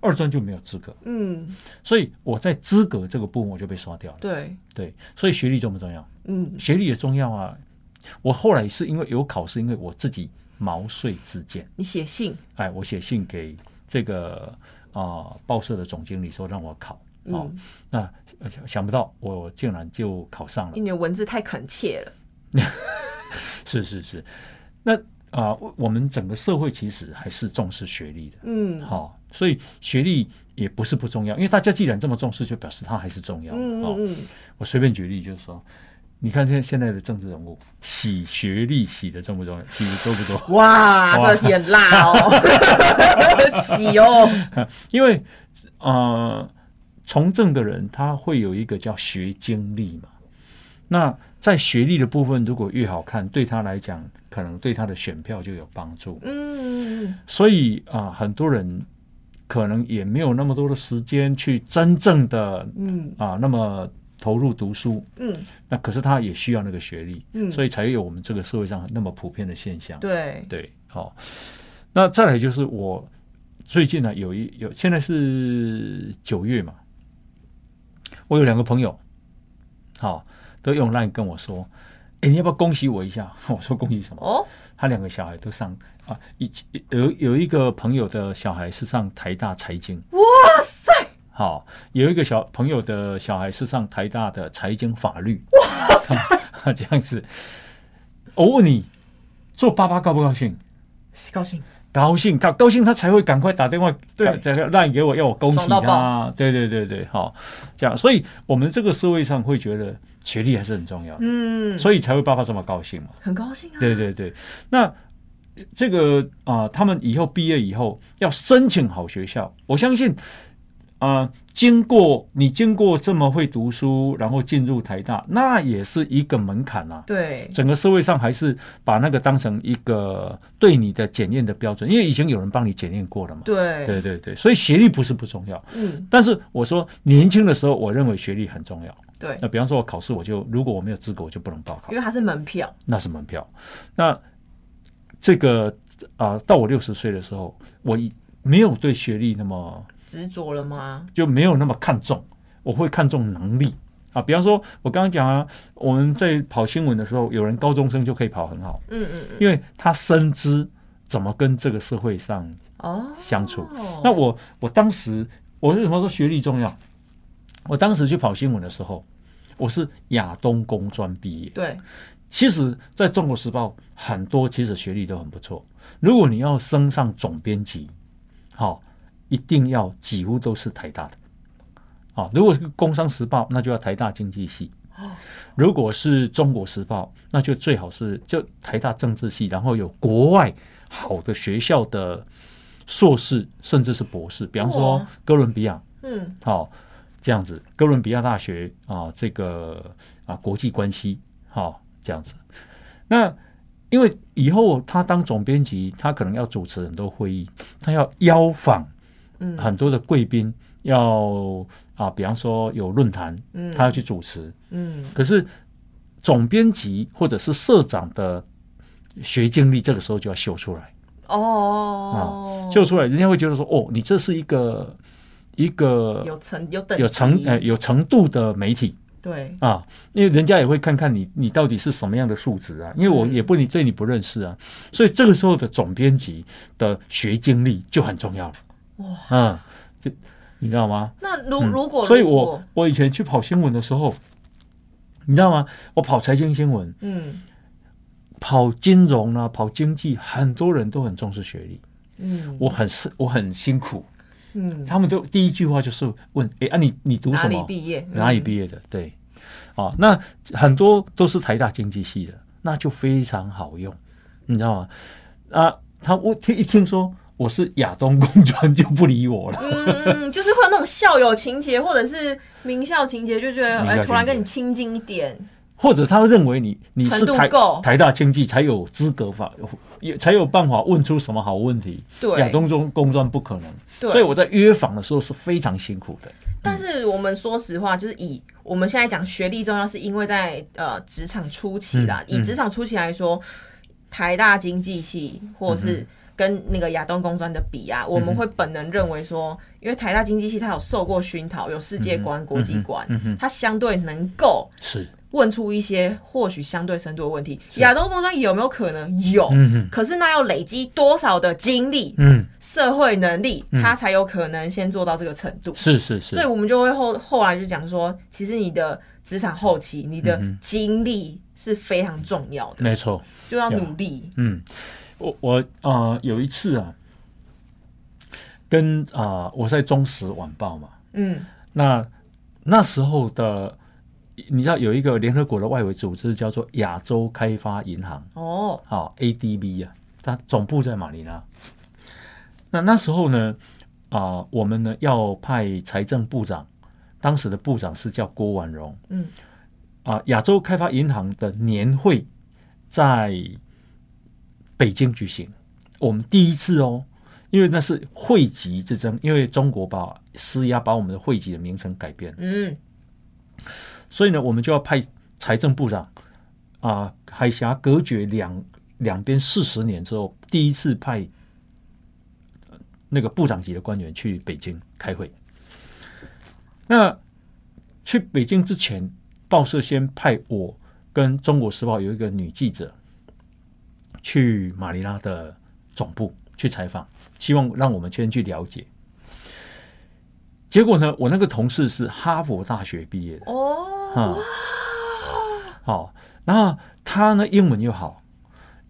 C: 二专就没有资格，
A: 嗯，
C: 所以我在资格这个部分我就被刷掉了。
A: 对，
C: 对，所以学历重不重要？
A: 嗯
C: 学历也重要啊。我后来是因为有考试，因为我自己毛遂自荐，
A: 你写信，
C: 哎，我写信给这个啊、报社的总经理说让我考，哦，
A: 嗯，
C: 那呃想想不到我竟然就考上
A: 因。
C: 了
A: 为你的文字太恳切了，
C: 是是是，那啊、我我们整个社会其实还是重视学历的，
A: 嗯，
C: 好、所以学历也不是不重要，因为大家既然这么重视，就表示它还是重要的。
A: 嗯
C: 哦，
A: 嗯
C: 我随便举例就是说。你看现在现在的政治人物，洗学历洗的重不重要？洗的多不多？
A: 嗯，哇，
C: 哇
A: 这题很辣 哦，喜哦，
C: 因为呃，从政的人他会有一个叫学经历嘛。那在学历的部分，如果越好看，对他来讲，可能对他的选票就有帮助。
A: 嗯，
C: 所以啊、很多人可能也没有那么多的时间去真正的
A: 嗯
C: 啊、那么投入读书。
A: 嗯
C: 那可是他也需要那个学历，
A: 嗯，
C: 所
A: 以
C: 以才有我们这个社会上那么普遍的现象。
A: 对，
C: 对，好、那再来就是我最近呢、有一有现在是九月嘛，我有两个朋友，好、都用 line 跟我说，哎，你要不要恭喜我一下？ 我说恭喜什么？
A: 哦，
C: 他两个小孩都上啊，一有有一个朋友的小孩是上台大财经，
A: 哇塞，
C: 好、有一个小朋友的小孩是上台大的财经法律，哇 这样子，我问你，做爸爸高不高兴？
A: 高兴，
C: 高兴，高高兴，他才会赶快打电话，
A: 对
C: 这个让给我，要我恭喜
A: 爽到
C: 他。对对对对，好，这样，所以我们这个社会上会觉得学历还是很重要的，
A: 嗯，
C: 所以才会爸爸这么高兴嘛。
A: 很高兴 啊，
C: 对对对，那这个啊、他们以后毕业以后要申请好学校，我相信啊、经过你经过这么会读书，然后进入台大，那也是一个门槛啊。
A: 对，
C: 整个社会上还是把那个当成一个对你的检验的标准，因为已经有人帮你检验过了嘛。
A: 对，
C: 对对对，所以学历不是不重要，
A: 嗯，
C: 但是我说年轻的时候，我认为学历很重要。
A: 对，
C: 那比方说，我考试我就如果我没有资格，我就不能报考
A: 因，为它是门票，
C: 那是门票。那这个啊、到我六十岁的时候，我已没有对学历那么
A: 执着了吗？
C: 就没有那么看重，我会看重能力啊。比方说，我刚刚讲啊，我们在跑新闻的时候，有人高中生就可以跑很好。
A: 嗯嗯嗯，
C: 因为他深知怎么跟这个社会上
A: 哦，
C: 相处。那我我当时我为什么说学历重要？我当时去跑新闻的时候，我是亚东工专毕业。
A: 对，
C: 其实，在中国时报很多其实学历都很不错。如果你要升上总编辑，好、一定要几乎都是台大的。好、如果是工商时报，那就要台大经济系。如果是中国时报，那就最好是就台大政治系，然后有国外好的学校的硕士甚至是博士，比方说
A: 哇
C: 哥伦比亚，
A: 嗯
C: 好、这样子，哥伦比亚大学啊，这个啊国际关系，好、这样子。那因为以后他当总编辑，他可能要主持很多会议，他要邀访
A: 嗯，
C: 很多的贵宾，要啊，比方说有论坛，
A: 嗯
C: 他要去主持。
A: 嗯
C: 可是总编辑或者是社长的学经历，这个时候就要秀出来。
A: 哦，
C: 秀出来，人家会觉得说，哦，你这是一个一个
A: 有层有等级
C: 有程呃有程度的媒体
A: 对，
C: 啊，因为人家也会看看你你到底是什么样的素质啊，因为我
A: 嗯
C: 也不你对你不认识啊，所以这个时候的总编辑的学经历就很重要了。
A: 哇，
C: 嗯，这你知道吗？
A: 那如
C: 嗯
A: 如果
C: 所以
A: 如
C: 我
A: 果
C: 我以前去跑新闻的时候，你知道吗？我跑财经新闻、
A: 嗯
C: 跑金融啊、跑经济，很多人都很重视学历，
A: 嗯
C: 我很是我很辛苦，
A: 嗯
C: 他们都第一句话就是问：哎啊你，你读
A: 哪
C: 什
A: 里
C: 么？
A: 毕业
C: 哪里毕业的？对，啊，那很多都是台大经济系的，那就非常好用，你知道吗？啊，他我听一听说我是亚东工专就不理我了，
A: 嗯嗯嗯，就是会有那种校友情节或者是名校情节，就觉得
C: 名校
A: 哎
C: 情节
A: 突然跟你亲近一点，
C: 或者他认为你你是
A: 程度
C: 台
A: 够
C: 台大经济才有资格法，也才有办法问出什么好问题。
A: 对
C: 亚东中工专不可能，
A: 对，
C: 所以我在约访的时候是非常辛苦的。
A: 但是我们说实话，就是以我们现在讲学历重要，是因为在呃职场初期啦。
C: 嗯嗯嗯
A: 以职场初期来说，台大经济系或者是跟那个亚东工专的比啊，我们会本能认为说，因为台大经济系它有受过熏陶，有世界
C: 嗯
A: 观、国际观，它相对能够
C: 是，
A: 问出一些或许相对深度的问题。亚东工专有没有可能有？
C: 嗯哼，
A: 可是那要累积多少的经历、
C: 嗯，
A: 社会能力，他才有可能先做到这个程度。
C: 是是嗯是
A: 所以，我们就会后后来就讲说，其实你的职场后期，你
C: 嗯
A: 的经历是非常重要的，
C: 没错。
A: 就要努力。
C: 嗯，我我啊、呃有一次啊，跟啊、呃我在《中时晚报》嘛，
A: 嗯
C: 那那时候的你知道有一个联合国的外围组织叫做亚洲开发银行，
A: 哦，
C: 啊、ADB 啊，它总部在马尼拉。那那时候呢，啊、我们呢要派财政部长，当时的部长是叫郭婉容
A: 嗯
C: 啊、亚洲开发银行的年会在北京举行，我们第一次哦，因为那是汇集之争，因为中国把施压把我们的汇集的名称改变，
A: 嗯
C: 所以呢，我们就要派财政部长啊、海峡隔绝两两边四十年之后，第一次派呃那个部长级的官员去北京开会。那去北京之前，报社先派我跟《中国时报》有一个女记者去马尼拉的总部去采访，希望让我们先去了解。结果呢，我那个同事是哈佛大学毕业的。
A: 哦，
C: 啊，好、然后哦他呢英文又好，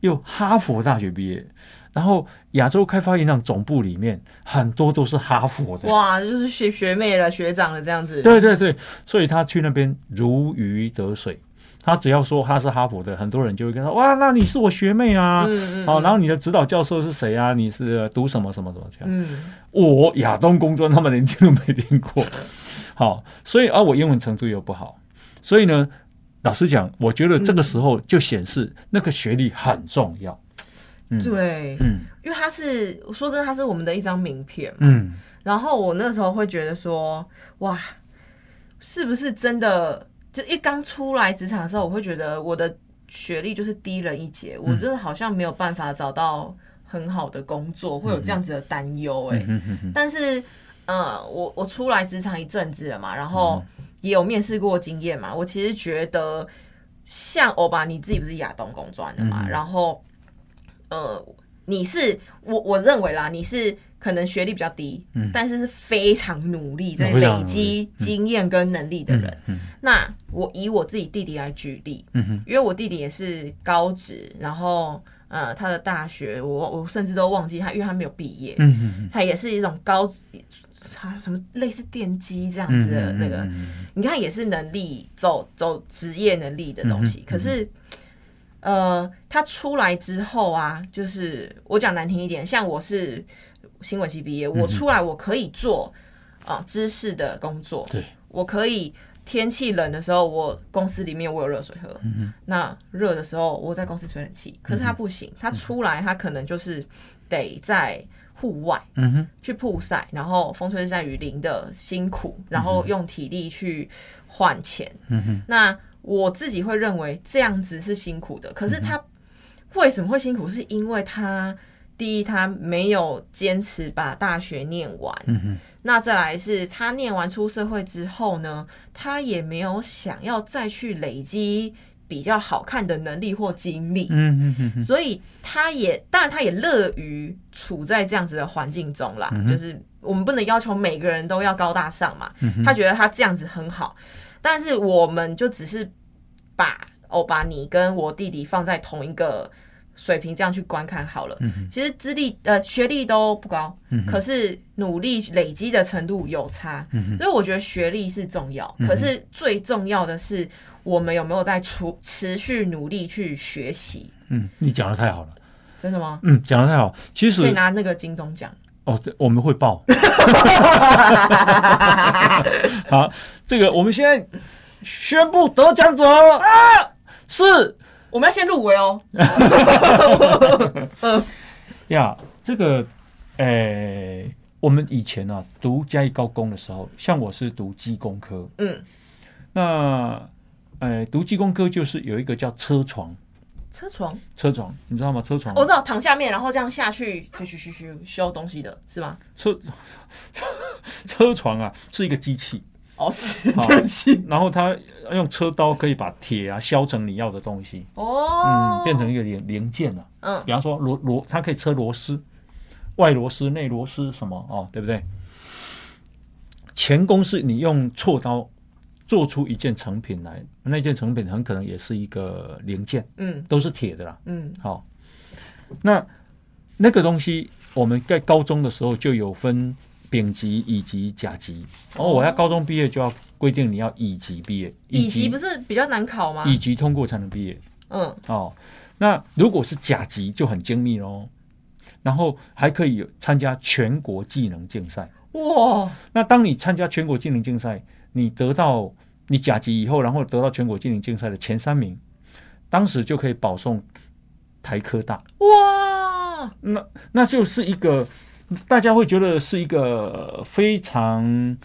C: 又哈佛大学毕业，然后亚洲开发银行总部里面很多都是哈佛的，
A: 哇，就是学学妹了、学长了这样子。
C: 对对对，所以他去那边如鱼得水。他只要说他是哈佛的，很多人就会跟他哇，那你是我学妹啊，
A: 嗯嗯
C: 好、然后你的指导教授是谁啊？你是读什么什么什么这样？
A: 嗯，
C: 我亚东工专他们连听都没听过。好，所以啊，我英文程度又不好，所以呢，老实讲，我觉得这个时候就显示那个学历很重要。嗯，
A: 对，
C: 嗯
A: 因为他是说真的，他是我们的一张名片嘛。
C: 嗯，
A: 然后我那时候会觉得说，哇，是不是真的？就一刚出来职场的时候，我会觉得我的学历就是低人一截，我真的好像没有办法找到很好的工作，会有这样子的担忧哎。但是，呃，我我出来职场一阵子了嘛，然后
C: 嗯
A: 也有面试过经验嘛，我其实觉得像欧巴，你自己不是亚东工专的
C: 嗯
A: 嘛，然后，呃，你是我我认为啦，你是可能学历比较低，但是是非常努力在
C: 嗯非常
A: 累
C: 努力嗯
A: 积经验跟能力的人。那我以我自己弟弟来举例，
C: 嗯
A: 因为我弟弟也是高职，然后呃，他的大学我我甚至都忘记他，因为他没有毕业，他也是一种高职，他什么类似电机这样子的那
C: 嗯
A: 个，你看也是能力走走职业能力的东西，可是。呃，他出来之后啊，就是我讲难听一点，像我是新闻系毕业，我出来我可以做啊、知识的工作，
C: 对，
A: 我可以天气冷的时候，我公司里面我有热水喝，那热的时候我在公司吹冷气，可是他不行，他出来他可能就是得在户外，
C: 嗯哼，
A: 去曝晒，然后风吹日晒雨淋的辛苦，然后用体力去换钱。嗯哼，那我自己会认为这样子是辛苦的。可是他为什么会辛苦？是因为他第一，他没有坚持把大学念完。嗯哼，那再来是他念完出社会之后呢，他也没有想要再去累积比较好看的能力或经历。
C: 嗯嗯嗯，
A: 所以他也当然他也乐于处在这样子的环境中啦，就是我们不能要求每个人都要高大上嘛，
C: 嗯
A: 他觉得他这样子很好，但是我们就只是把欧巴你跟我弟弟放在同一个。水平这样去观看好了，其实资历呃学历都不高，可是努力累积的程度有差，所以我觉得学历是重要，可是最重要的是我们有没有在出持续努力去学习，
C: 嗯，你讲的太好了，
A: 真的吗？
C: 嗯，讲的太好。其
A: 可以
C: 实
A: 拿那个金钟奖。
C: 哦，这我们会报。好，这个我们现在宣布得奖者啊是
A: 我们要先入围哦。
C: 呀这个，诶、我们以前啊读嘉义高工的时候，像我是读机工科，
A: 嗯
C: 那诶、呃读机工科就是有一个叫车床，
A: 车床，哦
C: 车床，你知道吗？车床
A: 我知道躺下面，然后这样下去，就咻咻咻修东西的是吗？
C: 车车床啊，是一个机器，
A: 哦，是，
C: 好
A: 对不起，
C: 然后它用车刀可以把铁啊削成你要的东西，
A: 哦
C: 嗯，，变成一个零零件啊了、
A: 嗯
C: 比方说螺螺，它可以车螺丝，外螺丝、内螺丝什么哦，对不对？钳工是你用锉刀做出一件成品来，那件成品很可能也是一个零件，
A: 嗯
C: 都是铁的啦。
A: 嗯
C: 好、那那个东西我们在高中的时候就有分丙级、乙级、甲级。哦，我要高中毕业就要规定你要乙级毕业，
A: 乙级不是比较难考吗？
C: 乙级通过才能毕业。
A: 嗯，
C: 哦，那如果是甲级就很精密喽，然后还可以有参加全国技能竞赛。
A: 哇，
C: 那当你参加全国技能竞赛，你得到你甲级以后，然后得到全国技能竞赛的前三名，当时就可以保送台科大。
A: 哇，
C: 那那就是一个大家会觉得是一个呃非常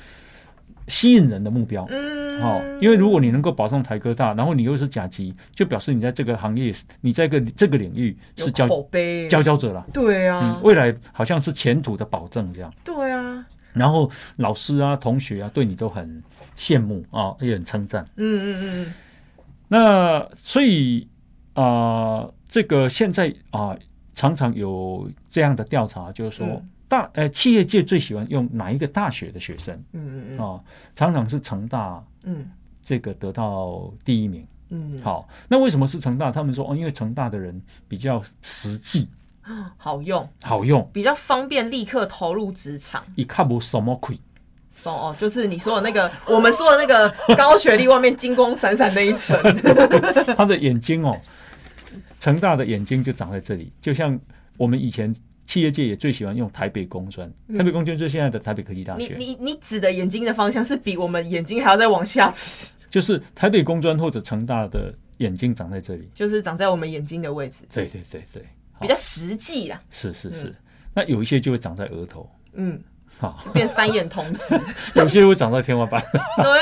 C: 吸引人的目标。
A: 嗯，
C: 好、因为如果你能够保送台科大，然后你又是甲级，就表示你在这个行业，你在个这个领域
A: 有
C: 是佼
A: 口碑，
C: 佼佼者了。
A: 对啊
C: 嗯，，未来好像是前途的保证这样。
A: 对啊，
C: 然后老师啊、同学啊，对你都很羡慕啊，也很称赞。
A: 嗯嗯嗯
C: 那所以啊、呃这个现在啊、常常有这样的调查，就是说。
A: 嗯
C: 大呃，企业界最喜欢用哪一个大学的学生
A: 嗯嗯
C: 啊、常常是成大
A: 嗯
C: 这个得到第一名。
A: 嗯嗯，
C: 好，那为什么是成大？他们说哦，因为成大的人比较实际、
A: 好用，
C: 好用，
A: 比较方便，立刻投入职场。
C: 一看不什么亏。
A: 哦哦，就是你说的那个，我们说的那个高学历外面金光闪闪那一层。
C: 他的眼睛哦，成大的眼睛就长在这里，就像我们以前企业界也最喜欢用台北工专，台北工专就是现在的台北科技 大
A: 嗯你
C: 学，
A: 你你指的眼睛的方向是比我们眼睛还要再往下指，
C: 就是台北工专或者成大的眼睛长在这里。
A: 就是长在我们眼睛的位置，
C: 对对对对，
A: 比较实际啦。
C: 是是是。
A: 嗯
C: 那有一些就会长在额头，
A: 嗯，
C: 好，
A: 变三眼童 子，
C: 有些会长在天花板。
A: 对，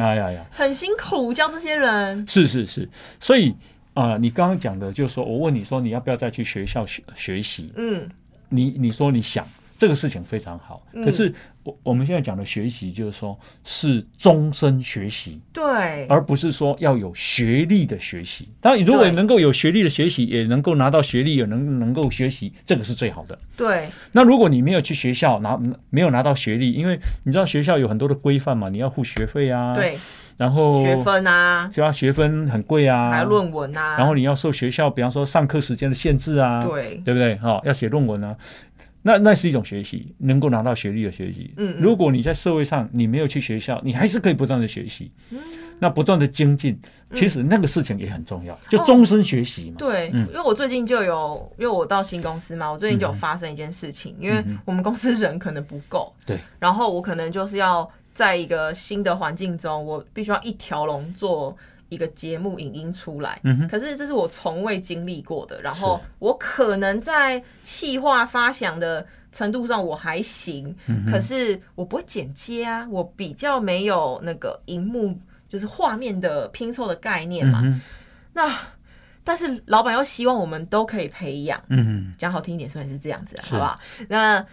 C: 哎呀呀，
A: 很辛苦教这些人。
C: 是是是，所以啊、呃你刚刚讲的就是说，我问你说你要不要再去学校学学习？
A: 嗯
C: 你你说你想这个事情非常好，
A: 嗯
C: 可是我我们现在讲的学习就是说是终身学习，，
A: 对，
C: 而不是说要有学历的学习。当然，如果
A: 对
C: 能够有学历的学习，也能够拿到学历，也能能够学习，这个是最好的。
A: 对，
C: 那如果你没有去学校拿没有拿到学历，因为你知道学校有很多的规范嘛，你要付学费啊，，
A: 对，
C: 然后
A: 学分啊，
C: 就要学分很贵啊，
A: 还有论文啊，
C: 然后你要受学校，比方说上课时间的限制啊，
A: 对，
C: 对不对？哈、要写论文啊，那那是一种学习，能够拿到学历的学习。
A: 嗯嗯
C: 如果你在社会上你没有去学校，你还是可以不断的学习，
A: 嗯
C: 那不断的精进，其实那个事情也很重要，就终身学习嘛。
A: 哦对，
C: 嗯
A: 因为我最近就有，因为我到新公司嘛，我最近就有发生一件事情，因为我们公司人可能不够，
C: 嗯 对，
A: 然后我可能就是要在一个新的环境中，我必须要一条龙做一个节目影音出来，
C: 嗯哼
A: 可是这是我从未经历过的，然后我可能在企划发想的。程度上我还行，
C: 嗯
A: 可是我不会剪接啊，我比较没有那个荧幕就是画面的拼凑的概念嘛，
C: 嗯
A: 那但是老板又希望我们都可以培养，
C: 嗯，
A: 讲好听一点，虽然是这样子啊，
C: 是
A: 好不好？那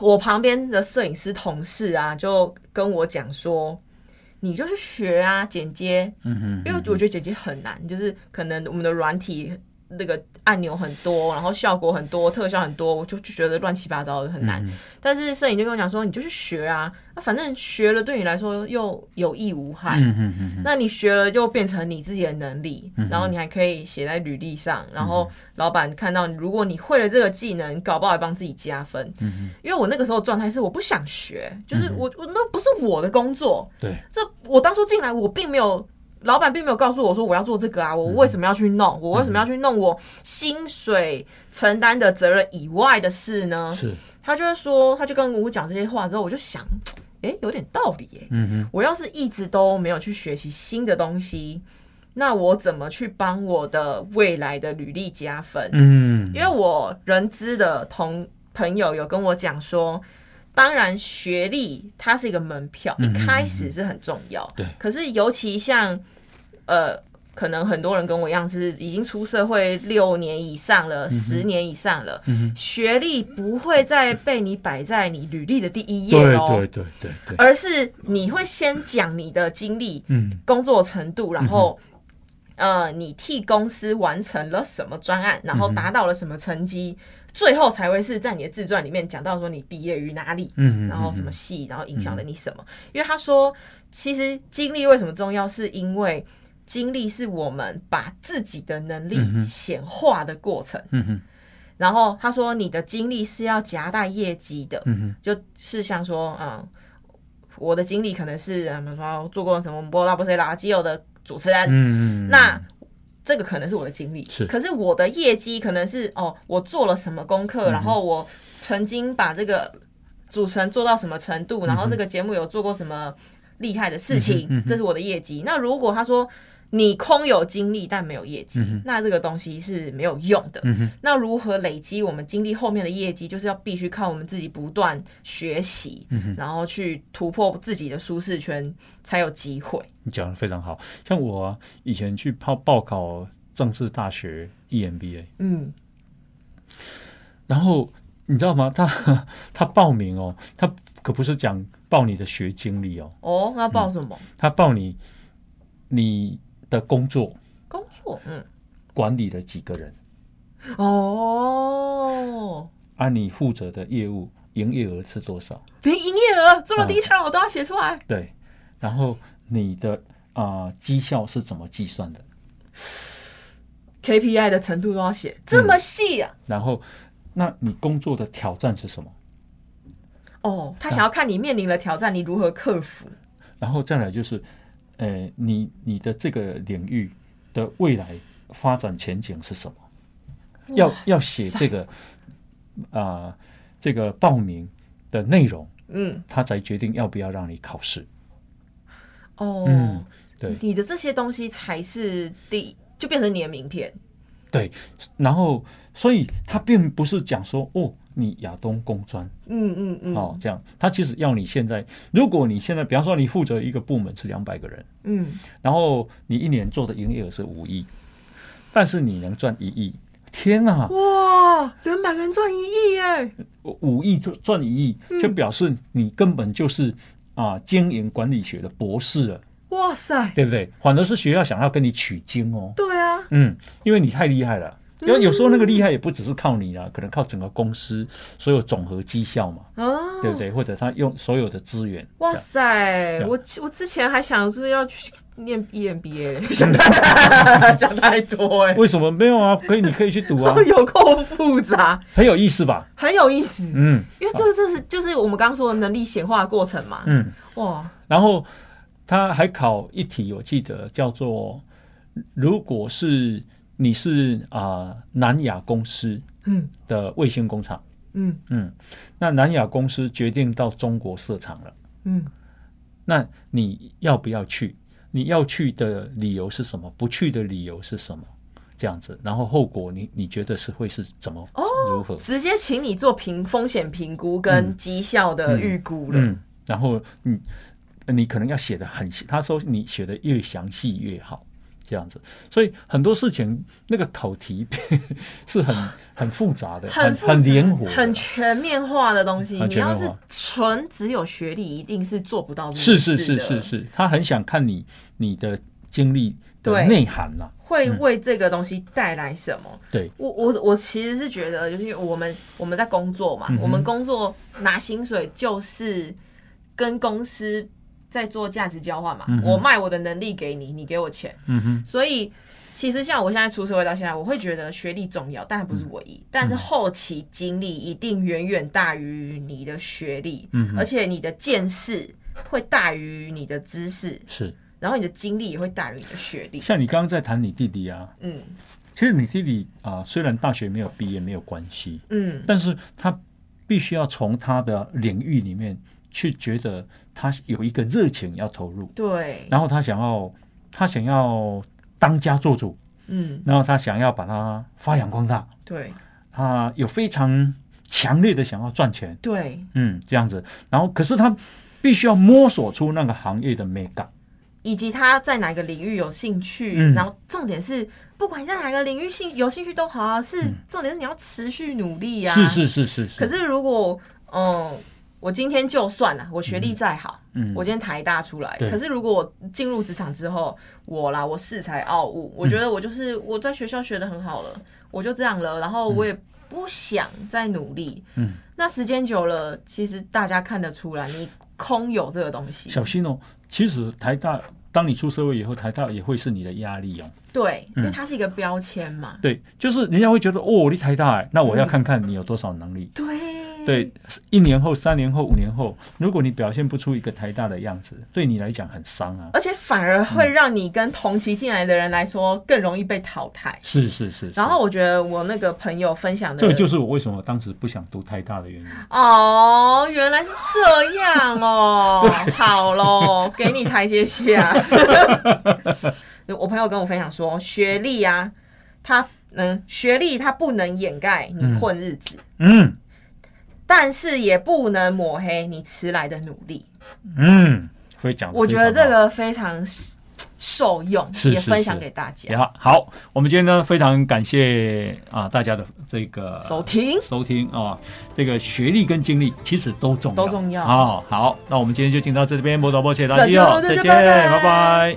A: 我旁边的摄影师同事啊，就跟我讲说。你就去学啊，剪接，
C: 嗯哼，
A: 因为我觉得剪接很难，就是可能我们的软体那个按钮很多，然后效果很多，特效很多，我就就觉得乱七八糟的很
C: 嗯
A: 难。但是摄影就跟我讲说，你就去学啊，那反正学了对你来说又有益无害，
C: 嗯哼嗯哼，
A: 那你学了就变成你自己的能力，然后你还可以写在履历上，然后老板看到你，如果你会了这个技能，搞不好还帮自己加分。因为我那个时候状态是我不想学，就是我我那不是我的工作，
C: 对，
A: 这我当初进来我并没有。老板并没有告诉我说我要做这个啊，我为什么要去弄？我为什么要去弄我薪水承担的责任以外的事呢？
C: 是，
A: 他就会说，他就跟我讲这些话之后，我就想，哎、有点道理耶、
C: 嗯哼，
A: 我要是一直都没有去学习新的东西，那我怎么去帮我的未来的履历加分？
C: 嗯
A: 因为我人资的同朋友有跟我讲说，当然学历它
B: 嗯
A: 是一个门票，一开始是很重要，
C: 对
A: 可是尤其像呃。可能很多人跟我一样是已经出社会六年以
B: 嗯
A: 上了，十、年以上了，学历不会再被你摆在你履历的第一页
B: 对
A: 哦，
B: 对对对对，
A: 而是你会先讲你的经历、
B: 嗯
A: 工作程度，然后、呃，你替公司完成了什么专案，然后达到了什么成绩，最后才会是在你的自传里面讲到说你毕业于哪里，
B: 嗯，
A: 然后什么系，然后影响了你什么。因为他说，其实经历为什么重要，是因为经历是我们把自己的能力显化的过程。
B: 嗯哼，
A: 然后他说，你的经历是要夹带业绩的，
B: 嗯
A: 就是像说，嗯，我的经历可能是嗯什么做过什么波拉波塞拉基友的主持人，
B: 嗯，
A: 那这个可能是我的经历，
B: 是
A: 可是我的业绩可能是哦，我做了什么功
B: 嗯
A: 课，然后我曾经把这个主持人做到什么程
B: 嗯
A: 度，然后这个节目有做过什么厉害的事情，
B: 嗯
A: 这是我的业绩。那如果他说你空有经历但没有业
B: 嗯
A: 绩，那这个东西是没有用
C: 嗯
A: 的。
B: 哼
A: 那如何累积我们经历后面的业绩，就是要必须靠我们自己不断学习，然后去突破自己的舒适圈，才有机会。
C: 你讲的非常好。像我啊、以前去报报考正式大学 E EMBA，
A: 嗯，
C: 然后你知道吗？他他报名哦，他可不是讲报你的学经历哦，
A: 哦，那报什么？
C: 他报你你的工作
A: 工作，嗯，
C: 管理了几个人，
A: 哦，
C: 而啊你负责的业务营业额是多少？
A: 连营业额这么
C: 嗯
A: detail 我都要写出来，
C: 对，然后你的啊、绩效是怎么计算的？
A: KPI 的程度都要写，这么细啊！
C: 然后，那你工作的挑战是什么？
A: 哦，他想要看你面临了挑战，你如何克服。
C: 然后再来就是，呃，你你的这个领域的未来发展前景是什么？要要写这个啊、这个报名的内容，
A: 嗯，
C: 他才决定要不要让你考试。
A: 哦，
C: 嗯，对
A: 你的这些东西才是第，就变成你的名片。
C: 对。然后，所以他并不是讲说哦，你亚东工专
A: 嗯嗯嗯，
C: 哦，这样，他其实要你现在，如果你现在，比方说你负责一个部门是两百个人，
A: 嗯，
C: 然后你一年做的营业额是五亿，但是你能赚一亿，天啊！
A: 哇，两百个人赚一亿耶！
C: 五亿就赚一亿，
A: 嗯
C: 就表示你根本就是啊、经营管理学的博士了，
A: 哇塞，
C: 对不对？反而是学校想要跟你取经哦，
A: 对啊，
C: 嗯，因为你太厉害了。因为有时候那个厉害也不只是靠你啦，可能靠整个公司所有总和绩效嘛，
A: 哦，
C: 对不对？或者他用所有的资源，
A: 哇
C: 这样
A: 塞，
C: 对
A: 我我之前还想说要去念 EMBA，嘞想太想太多哎、，
C: 为什么没有啊？可以，你可以去读啊
A: 有够复杂，
C: 很有意思吧？
A: 很有意思。
C: 嗯
A: 因为这个这是就是我们刚刚说的能力显化的过程嘛。
C: 嗯。
A: 哇，
C: 然后他还考一题，我记得叫做，如果是你是啊、南亚公司
A: 嗯
C: 的卫星工厂，
A: 嗯
C: 嗯，那南亚公司决定到中国设厂了，
A: 嗯，
C: 那你要不要去？你要去的理由是什么？不去的理由是什么？这样子，然后后果你你觉得是会是怎么、如何？
A: 直接请你做评风险评估跟绩效的预估了。
C: 嗯，然后你呃你可能要写的很细，他说你写的越详细越好，这样子。所以很多事情那个考题 是很 很复杂的，很
A: 复杂
C: 灵活的，
A: 很全面化的东西，
C: 很
A: 你
C: 全面
A: 要
C: 化
A: 是纯只有学历，一定是做不到这件
C: 是
A: 事
C: 是
A: 的。
C: 是是嗯是，他很想看你你的经历的
A: 对
C: 内涵啊呐、
A: 会为这个东西带来什么？
C: 对，
A: 我我我其实是觉得，就是因为我们我们在工作
C: 嗯
A: 嘛，我们工作拿薪水就是跟公司在做价值交换嘛，我卖我的能力给你，你给我钱，
C: 嗯哼，
A: 所以。其实像我现在出社会到现在，我会觉得学历重要，但不
C: 嗯
A: 是唯一。但是后期经历一定远远大于你的学历，
C: 嗯哼
A: 而且你的见识会大于你的知识，
C: 是。
A: 然后你的经历也会大于你的学历。
C: 像你刚刚在谈你弟弟啊，
A: 嗯
C: 其实你弟弟啊、虽然大学没有毕业没有关系，
A: 嗯，
C: 但是他必须要从他的领域里面去觉得他有一个热情要投入，
A: 对，
C: 然后他想要他想要当家做主，
A: 嗯，
C: 然后他想要把它发扬光大，
A: 对
C: 他有非常强烈的想要赚钱，
A: 对，
C: 嗯，这样子，然后可是他必须要摸索出那个行业的美感，
A: 以及他在哪个领域有兴趣，
C: 嗯
A: 然后重点是，不管你在哪个领域兴有兴趣都好啊，是、重点是你要持续努力啊。
C: 嗯是是是是
A: 可
C: 是，
A: 是如果嗯，我今天就算了，我学历再好，
C: 嗯
A: 我今天台大出来，
C: 对
A: 可是如果我进入职场之后，我啦，我恃才傲物，我觉得我就是、我在学校学的很好了，我就这样了，然后我也不想再努力。
C: 嗯，
A: 那时间久了，其实大家看得出来，你空有这个东西。
C: 小心哦。其实台大，当你出社会以后，台大也会是你的压力哦。
A: 对，因为它是一个标签嘛。
C: 对，就是人家会觉得哦，你台大哎，那我要看看你有多少能力。
A: 对
C: 对，一年后、三年后、五年后，如果你表现不出一个台大的样子，对你来讲很伤啊。
A: 而且反而会让你跟同期进来的人来说更容易被淘汰。
C: 是是是是
A: 然后我觉得我那个朋友分享的，
C: 嗯这个就是我为什么当时不想读台大的原因。
A: 哦，原来是这样 哦，好喽，给你台阶下。 我朋友跟我分享说，学历啊，他嗯，学历它不能掩盖你混日子，
C: 嗯
A: 但是也不能抹黑你迟来的努力。
C: 嗯，会讲得
A: 我
C: 非
A: 觉
C: 常好。
A: 得这个非常受用，
C: 是
A: 也
C: 是
A: 分享
C: 是
A: 给大家
C: 也好，好，我们今天呢非常感谢啊大家的这个
A: 收听。
C: 收听啊，这个学历跟经历其实都重要，
A: 都重要
C: 啊。好，那我们今天就进到这边，波导波，谢谢大
A: 那就
C: 家，
A: 那
C: 再
A: 就
C: 见，
A: 拜拜
C: 拜拜。